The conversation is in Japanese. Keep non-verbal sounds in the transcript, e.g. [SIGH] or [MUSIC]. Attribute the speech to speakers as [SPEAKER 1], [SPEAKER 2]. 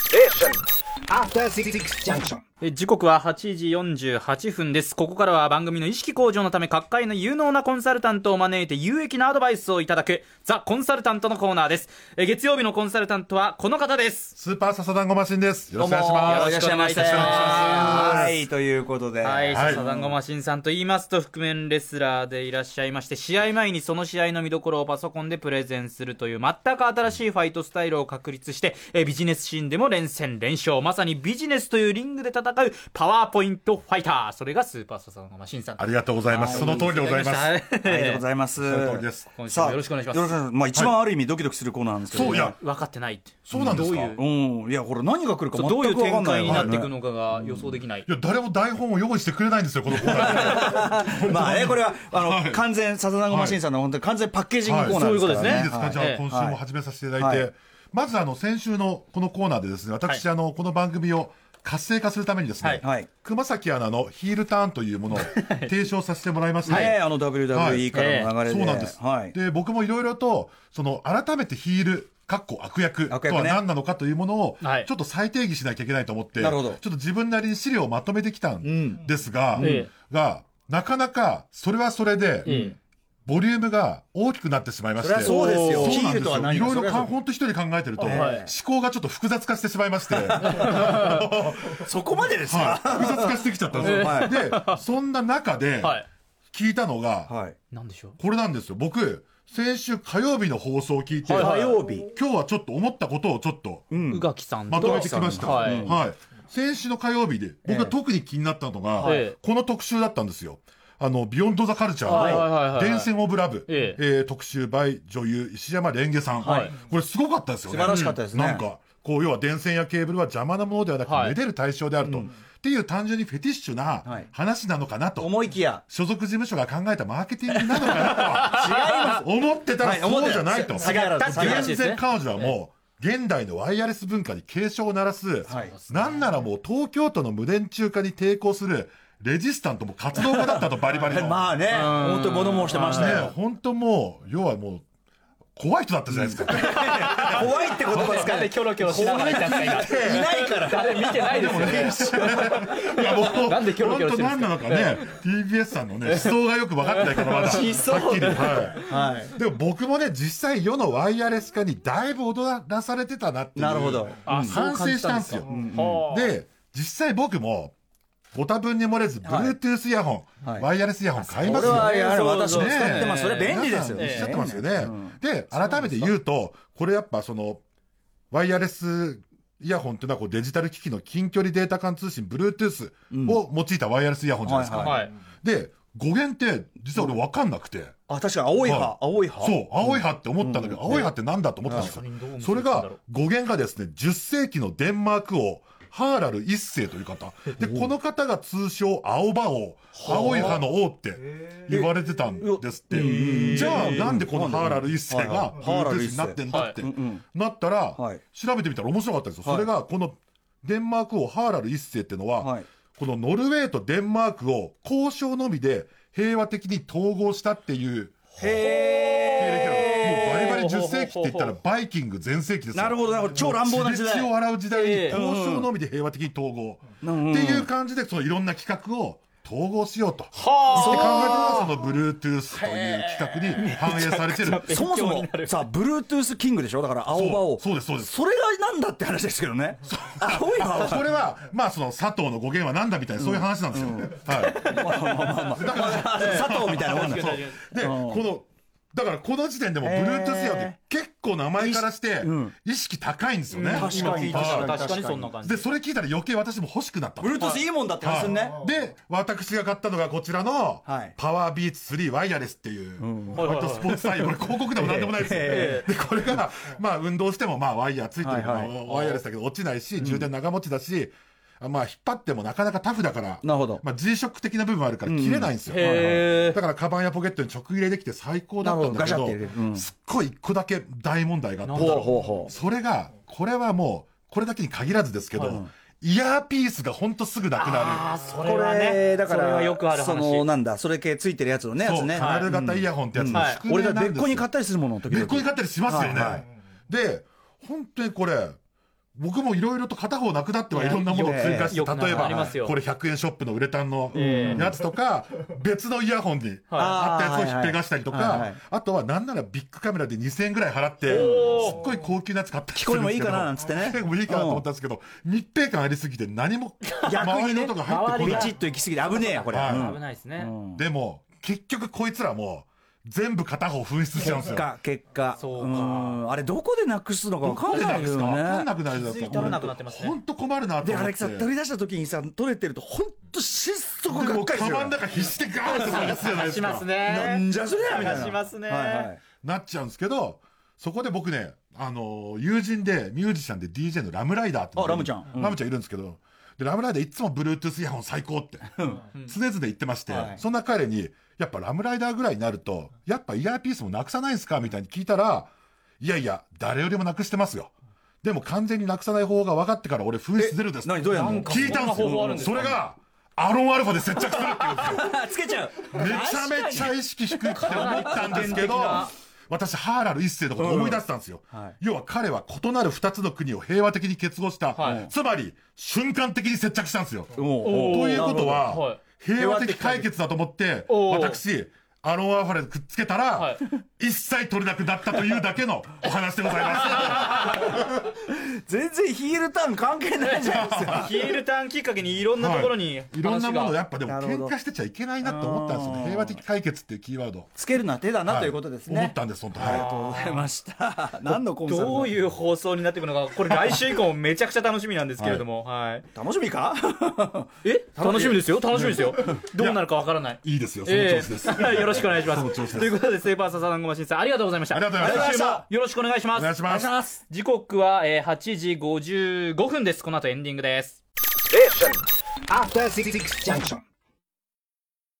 [SPEAKER 1] station.
[SPEAKER 2] After Six Junction.
[SPEAKER 3] え時刻は8時48分です。ここからは番組の意識向上のため、各界の有能なコンサルタントを招いて有益なアドバイスをいただく、ザ・コンサルタントのコーナーです。え月曜日のコンサルタントはこの方です。
[SPEAKER 4] スーパーササダンゴマシンです。よろしくお願いし
[SPEAKER 3] どうも
[SPEAKER 4] ま
[SPEAKER 3] よろ
[SPEAKER 4] す。
[SPEAKER 3] しくお願いいたします
[SPEAKER 5] はい、ということで。
[SPEAKER 3] はい、
[SPEAKER 4] はい
[SPEAKER 3] 笹団子マシンさんと言いますと、覆面レスラーでいらっしゃいまして、試合前にその試合の見どころをパソコンでプレゼンするという、全く新しいファイトスタイルを確立して、えービジネスシーンでも連戦連勝、まさにビジネスというリングで戦う、パワーポイントファイター。それがスーパー笹団子マシンさん。
[SPEAKER 4] ありがとうございます。その通りでございます。
[SPEAKER 3] は
[SPEAKER 5] あ
[SPEAKER 3] い
[SPEAKER 5] りがとうございます。
[SPEAKER 4] その通りです。
[SPEAKER 3] 今週
[SPEAKER 5] さ
[SPEAKER 3] も
[SPEAKER 5] あ、
[SPEAKER 3] よろしくお願いし
[SPEAKER 5] よろ
[SPEAKER 3] ま
[SPEAKER 5] くお
[SPEAKER 3] す。
[SPEAKER 5] 願いしまあ、一番ある意味ドキドキするコーナーなんですけど。
[SPEAKER 4] そういや。
[SPEAKER 3] 分かってないって。
[SPEAKER 4] そうなんですか
[SPEAKER 3] どう
[SPEAKER 4] い
[SPEAKER 5] うん。いや、これ何が来るか
[SPEAKER 3] そう
[SPEAKER 5] 全
[SPEAKER 3] どういう
[SPEAKER 5] くわか
[SPEAKER 3] 展
[SPEAKER 5] んない
[SPEAKER 3] 開
[SPEAKER 5] よ
[SPEAKER 3] になっていく
[SPEAKER 5] ね
[SPEAKER 3] のかが予想できない。
[SPEAKER 4] や、誰も台本を用意してくれないんですよ、このコーナー。本当に
[SPEAKER 5] まあね、これは、あの、
[SPEAKER 4] はい
[SPEAKER 5] 完全、サザナゴマシンさんの本当に完全パッケージングコーナーですから、
[SPEAKER 3] はい [LAUGHS]
[SPEAKER 4] い
[SPEAKER 3] そ
[SPEAKER 4] いですか、じゃあ、
[SPEAKER 3] ええ
[SPEAKER 4] 今週も始めさせていただいて、
[SPEAKER 5] はい
[SPEAKER 4] まずあの先週のこのコーナーでですね私、あのこの番組を活性化するためにですね、
[SPEAKER 3] はい
[SPEAKER 5] はい
[SPEAKER 4] 熊崎アナのヒールターンという
[SPEAKER 3] [LAUGHS]
[SPEAKER 4] ものを提唱させてもらいました、
[SPEAKER 5] ね、あの WWE からの流れで。
[SPEAKER 4] そうなんです、
[SPEAKER 5] はい。
[SPEAKER 4] で僕もいろいろとその改めてヒールかっこ悪役
[SPEAKER 5] 悪
[SPEAKER 4] と
[SPEAKER 5] 役ね
[SPEAKER 4] は何なのかというものを、
[SPEAKER 3] はい
[SPEAKER 4] ちょっと再定義しなきゃいけないと思って
[SPEAKER 5] なるほど
[SPEAKER 4] ちょっと自分なりに資料をまとめてきたんですが、
[SPEAKER 3] ええ
[SPEAKER 4] がなかなかそれはそれで、
[SPEAKER 3] ええ
[SPEAKER 4] ボリュームが大きくなってしまいまして
[SPEAKER 5] そりゃそうですよ
[SPEAKER 4] そ
[SPEAKER 5] ヒ
[SPEAKER 4] うなん
[SPEAKER 5] ールとは何
[SPEAKER 4] い
[SPEAKER 5] か
[SPEAKER 4] ろいろ
[SPEAKER 5] そりゃそう
[SPEAKER 4] 本当一人考えてると、
[SPEAKER 3] はい
[SPEAKER 4] 思考がちょっと複雑化してしまい
[SPEAKER 5] [LAUGHS]
[SPEAKER 4] まして、
[SPEAKER 5] そこまでです
[SPEAKER 4] はい複雑化してきちゃったんですよ、
[SPEAKER 5] はい
[SPEAKER 4] でそんな中で
[SPEAKER 3] はい。
[SPEAKER 4] 聞いたのが、
[SPEAKER 5] はい。
[SPEAKER 3] なんでしょう。
[SPEAKER 4] これなんですよ僕先週火曜日の放送を聞いて、
[SPEAKER 3] はい
[SPEAKER 5] 火曜日。
[SPEAKER 4] 今日はちょっと思ったことをちょっと
[SPEAKER 5] うん
[SPEAKER 3] 宇垣さん
[SPEAKER 4] まとめてきました、
[SPEAKER 3] は
[SPEAKER 4] はいい。先週の火曜日で僕が特に気になったのが、
[SPEAKER 3] ええ
[SPEAKER 4] この特集だったんですよあの「ビヨンド・ザ・カルチャ
[SPEAKER 3] はいはいはいは
[SPEAKER 4] ーの
[SPEAKER 3] い
[SPEAKER 4] 伝染オブ・ラブ」
[SPEAKER 3] え
[SPEAKER 4] えー特集 by 女優石山レンゲさん、
[SPEAKER 3] はい
[SPEAKER 4] これすごかったですよね
[SPEAKER 5] 素晴らしかったですね
[SPEAKER 4] なんかこう要は電線やケーブルは邪魔なものではなく、
[SPEAKER 3] はい
[SPEAKER 4] めでる対象であると、っていう単純にフェティッシュ
[SPEAKER 5] は
[SPEAKER 4] ない話なのかなと、
[SPEAKER 5] 思いきや。
[SPEAKER 4] 所属事務所が考えたマーケティングなのかなと思ってたら
[SPEAKER 5] はい思っ
[SPEAKER 4] そう
[SPEAKER 5] てた
[SPEAKER 4] じゃないと、
[SPEAKER 5] 下がらず下がら
[SPEAKER 3] ず
[SPEAKER 4] 全然彼女はもう現代のワイヤレス文化に警鐘を鳴らす、
[SPEAKER 5] はい
[SPEAKER 4] なんならもう東京都の無電柱化に抵抗するレジスタントも活動家だったとバリバリの。
[SPEAKER 5] [LAUGHS] まあね、本当に物申してました
[SPEAKER 4] ね
[SPEAKER 5] よ。
[SPEAKER 4] 本当もう要はもう怖い人だったじゃないですか。
[SPEAKER 5] 怖いって言葉使って、
[SPEAKER 3] キョロキョロしながらいたんだ
[SPEAKER 5] いないから。
[SPEAKER 3] 誰見てないです
[SPEAKER 5] [LAUGHS]
[SPEAKER 3] よね。
[SPEAKER 4] いやもう
[SPEAKER 3] なんでキョロキョロしてるん
[SPEAKER 4] 本当何
[SPEAKER 3] で
[SPEAKER 4] なのかね TBS さんのね思想がよく分かってないからまだ
[SPEAKER 5] [LAUGHS] 思想
[SPEAKER 4] はっきり、はい
[SPEAKER 5] はい。
[SPEAKER 4] でも僕もね、実際世のワイヤレス化にだいぶ踊らされてたなっていう。
[SPEAKER 5] なるほど
[SPEAKER 3] あそう
[SPEAKER 4] 反省したんですよ。
[SPEAKER 3] で
[SPEAKER 4] で、実際僕も、ご多分に漏れず、
[SPEAKER 5] はい
[SPEAKER 4] Bluetooth イヤホン、
[SPEAKER 5] はい
[SPEAKER 4] ワイヤレスイヤホン買い
[SPEAKER 5] こ
[SPEAKER 4] ます
[SPEAKER 5] れ
[SPEAKER 4] よ。
[SPEAKER 5] は、やはり
[SPEAKER 3] そうそう
[SPEAKER 5] 私
[SPEAKER 3] そう
[SPEAKER 5] も使ってます。それは便利で
[SPEAKER 4] 皆
[SPEAKER 5] す
[SPEAKER 4] さん
[SPEAKER 5] よ。
[SPEAKER 4] おっしゃってますよね。
[SPEAKER 5] うん
[SPEAKER 4] で、改めて言うと、これやっぱその、ワイヤレスイヤホンっていうのはこうデジタル機器の近距離データ間通信、Bluetooth を用いたワイヤレスイヤホンじゃないですか。
[SPEAKER 5] はい
[SPEAKER 3] はい。
[SPEAKER 4] で、語源って実は俺分かんなくて。
[SPEAKER 5] あ、確かに青い
[SPEAKER 4] は
[SPEAKER 5] 歯、青い歯。
[SPEAKER 4] そう、青い歯って思ったんだけど、青い歯ってなんだと思ったんですよ
[SPEAKER 3] 確かにどう。思ってた
[SPEAKER 4] そ
[SPEAKER 3] んだ
[SPEAKER 4] れ
[SPEAKER 3] ろう
[SPEAKER 4] が、語源がですね、10世紀のデンマーク王、ハーラル一世という方。で、この方が通称、青葉王、青い歯の王って言われてたんですって。じゃあ、なんでこのハーラル一世が
[SPEAKER 5] はいはい
[SPEAKER 4] ブルートゥースになってんだって
[SPEAKER 3] は
[SPEAKER 5] ん
[SPEAKER 4] なったら
[SPEAKER 5] はい、
[SPEAKER 4] 調べてみたら面白かったんですよ。
[SPEAKER 5] はい
[SPEAKER 4] それが、このデンマーク王、ハーラル一世っての
[SPEAKER 5] は、
[SPEAKER 4] はいこのノルウェーとデンマークを交渉のみで平和的に統合したっていう、もうバリバリ10世紀って言ったらバイキング全盛期ですよ
[SPEAKER 5] なるほどなるほど超乱暴な時代
[SPEAKER 4] 血を洗う時
[SPEAKER 3] ええ
[SPEAKER 4] 代に交渉のみで平和的に統合、
[SPEAKER 5] ん
[SPEAKER 4] っていう感じでそのいろんな企画を統合しようと。って考えた
[SPEAKER 3] は
[SPEAKER 4] のがその Bluetooth という企画に反映されてる。
[SPEAKER 5] そもそもさ、ブルートゥースキングでしょだから青葉を。
[SPEAKER 4] そうそうですそうです
[SPEAKER 5] それがなんだって話ですけどね。青い歯
[SPEAKER 4] [LAUGHS]
[SPEAKER 5] は。
[SPEAKER 4] これは、まあその佐藤の語源はなんだみたいな、そういう話なんですよ。はい。
[SPEAKER 5] まあまあまあまあ佐藤みたいなもんだよ。
[SPEAKER 4] で、この、だからこの時点でも
[SPEAKER 5] へえ
[SPEAKER 4] Bluetooth やって結構名前からして意識高いんですよね。
[SPEAKER 5] 確かに
[SPEAKER 3] 今聞いたら
[SPEAKER 5] 確かに
[SPEAKER 3] 確かにそんな感じ。
[SPEAKER 4] で、それ聞いたら余計私も欲しくなった
[SPEAKER 5] ブ。ルートゥースいいもんだって話すんね。
[SPEAKER 4] で、私が買ったのがこちらの、
[SPEAKER 5] はい
[SPEAKER 4] パワービーツ3ワイヤレスっていう、割とスポーツサイン、これ広告でもなんでもないですよ、で、これが、まあ運動してもまあワイヤーついてるから、
[SPEAKER 5] はいは
[SPEAKER 4] ワイヤレスだけど落ちないし、充電長持ちだし、まあ引っ張ってもなかなかタフだから、
[SPEAKER 5] なるほど
[SPEAKER 4] まあ G ショック的な部分もあるから切れないんですよ。
[SPEAKER 3] へー
[SPEAKER 4] だからカバンやポケットに直入れできて最高だったんだけ
[SPEAKER 5] なるほ
[SPEAKER 4] ど
[SPEAKER 5] どガシャって入れるうん
[SPEAKER 4] すっごい一個だけ大問題があった
[SPEAKER 5] ほうほうほう
[SPEAKER 4] それがこれはもうこれだけに限らずですけど、イヤーピースがほんとすぐなくな
[SPEAKER 3] あ
[SPEAKER 4] る
[SPEAKER 3] それはね、
[SPEAKER 5] だか
[SPEAKER 3] それは
[SPEAKER 5] ら、
[SPEAKER 3] よくある
[SPEAKER 5] その、
[SPEAKER 3] 話。
[SPEAKER 5] なんだ、それ系ついてるやつのね、やつ
[SPEAKER 4] そう
[SPEAKER 5] ね。
[SPEAKER 4] カル型イヤホンってやつの
[SPEAKER 3] はい
[SPEAKER 4] 宿命
[SPEAKER 5] 俺
[SPEAKER 4] な
[SPEAKER 5] だ
[SPEAKER 4] ん
[SPEAKER 5] っ
[SPEAKER 4] で
[SPEAKER 5] て
[SPEAKER 4] すよ
[SPEAKER 5] 別個に買ったりするもの、時
[SPEAKER 4] 別
[SPEAKER 5] 々。
[SPEAKER 4] 個に買ったりしますよね、
[SPEAKER 5] はいはい
[SPEAKER 4] で本当にこれ僕もいろいろと片方なくなってはいろんなものを追加して、
[SPEAKER 3] よく
[SPEAKER 4] 例え
[SPEAKER 3] ありま
[SPEAKER 4] ば
[SPEAKER 3] すよ
[SPEAKER 4] これ100円ショップのウレタンの
[SPEAKER 3] うん
[SPEAKER 4] やつとか、別のイヤホンにあ
[SPEAKER 5] あー
[SPEAKER 4] ったやつをひっぺがしたりと
[SPEAKER 5] はいは
[SPEAKER 4] か
[SPEAKER 5] い、
[SPEAKER 4] あとはなんならビッグカメラで2000円ぐらい払って、すっごい高級なやつ買ったり
[SPEAKER 5] 聞こえもいいかななん
[SPEAKER 4] て
[SPEAKER 5] つってね
[SPEAKER 4] 結構いいかなと思ったんですけど、密閉感ありすぎて何も周りの音が入ってこ
[SPEAKER 5] ビ
[SPEAKER 4] ない
[SPEAKER 5] チッ。と行き過ぎて危ねえやこれ、
[SPEAKER 4] はいう
[SPEAKER 3] 危ないですね、
[SPEAKER 5] んうん
[SPEAKER 4] でも、結局こいつらも全部片方紛失しちゃうんです
[SPEAKER 5] 結
[SPEAKER 4] よ。
[SPEAKER 5] 果結果
[SPEAKER 3] そうか
[SPEAKER 5] んあれどこでなくすのか分かんないよ
[SPEAKER 4] わかん
[SPEAKER 5] ね
[SPEAKER 4] なくなるじゃないです
[SPEAKER 3] 気づいたらなくなってますね
[SPEAKER 4] 本当困るなと
[SPEAKER 5] であ
[SPEAKER 4] 思っ
[SPEAKER 5] れ
[SPEAKER 4] て。
[SPEAKER 5] さ取り出した時にさ取れてるとほんと失速
[SPEAKER 4] で
[SPEAKER 5] が
[SPEAKER 4] も
[SPEAKER 5] っ
[SPEAKER 4] う
[SPEAKER 5] かりす
[SPEAKER 4] カ
[SPEAKER 5] るよ
[SPEAKER 4] バンの中必死でガーッてなるじゃ
[SPEAKER 3] 出
[SPEAKER 4] ないで
[SPEAKER 3] し
[SPEAKER 4] す
[SPEAKER 3] ます
[SPEAKER 4] か。
[SPEAKER 5] な
[SPEAKER 3] ね
[SPEAKER 5] んじゃそりゃみたいな
[SPEAKER 3] 出しますね
[SPEAKER 5] はいはい
[SPEAKER 4] なっちゃうんですけど、そこで僕ね、あのー友人でミュージシャンで DJ のラムライダーってのが
[SPEAKER 5] あラムちゃんうん
[SPEAKER 4] ラムちゃんいるんですけど、でラムライダーいつも Bluetooth イヤホン最高って常々言ってまして、
[SPEAKER 5] はい
[SPEAKER 4] そんな彼に、やっぱラムライダーぐらいになると、やっぱイヤーピースもなくさないんすかみたいに聞いたら、いやいや、誰よりもなくしてますよ。でも完全になくさない方法が分かってから俺紛失出るです。
[SPEAKER 5] え何どうやんの
[SPEAKER 4] なんか聞いたんです
[SPEAKER 3] そんな方法あるん
[SPEAKER 4] よ。
[SPEAKER 3] ですか
[SPEAKER 4] それが、アロンアルファで接着するっていうんですよ。
[SPEAKER 5] あつけちゃう
[SPEAKER 4] めちゃめちゃ意識低いって思ったんですけど
[SPEAKER 3] かなり、
[SPEAKER 4] 私、ハーラル一世のことを思い出したんですよ。
[SPEAKER 5] はい
[SPEAKER 4] 要は彼は異なる2つの国を平和的に結合した、
[SPEAKER 3] はい
[SPEAKER 4] つまり瞬間的に接着したんですよ。
[SPEAKER 5] も
[SPEAKER 4] ということは、
[SPEAKER 3] はい
[SPEAKER 4] 平和的解決だと思って、
[SPEAKER 3] おー
[SPEAKER 4] 私、アロン・アーファレでくっつけたら、
[SPEAKER 3] はい
[SPEAKER 4] 一切取れなくなったというだけのお話でございま
[SPEAKER 5] う全然ヒールターン関係ないじゃないですか
[SPEAKER 3] ヒールターンきっかけにいろんなところに [LAUGHS]
[SPEAKER 4] す。いろんなものを
[SPEAKER 3] 話が
[SPEAKER 4] やっぱでも
[SPEAKER 5] なるほ
[SPEAKER 4] 喧
[SPEAKER 5] ど
[SPEAKER 4] 嘩してちゃいけないなと思ったんですよ
[SPEAKER 5] あ
[SPEAKER 4] ね。
[SPEAKER 5] ー
[SPEAKER 4] 平和的解決っていうキーワード。
[SPEAKER 5] つけるのは手だなということですね、
[SPEAKER 4] はい思ったんです、本当はい。
[SPEAKER 5] ありがとうございました何のコンサルだ
[SPEAKER 3] どういう放送になっていくのかこれ来週以降もめちゃくちゃ楽しみなんですけれども、はい
[SPEAKER 5] 楽しみか
[SPEAKER 4] [LAUGHS]
[SPEAKER 3] え楽しみですよ楽しみですよどうなるかわからない
[SPEAKER 4] いいですよ、その調
[SPEAKER 3] え
[SPEAKER 4] 子です。
[SPEAKER 3] え [LAUGHS] よろしくお願いしま
[SPEAKER 4] その
[SPEAKER 3] す
[SPEAKER 4] 調子です
[SPEAKER 3] ということでスーパーササダンゴマシンさんありがとうございました
[SPEAKER 4] ありがとうございま
[SPEAKER 3] 来
[SPEAKER 4] した
[SPEAKER 3] 週もよろしくお願いしま
[SPEAKER 4] お願い
[SPEAKER 3] す
[SPEAKER 4] します。
[SPEAKER 5] ます
[SPEAKER 3] 時刻は、えー、8時55分ですこの後エンディングです
[SPEAKER 2] After Six Junction.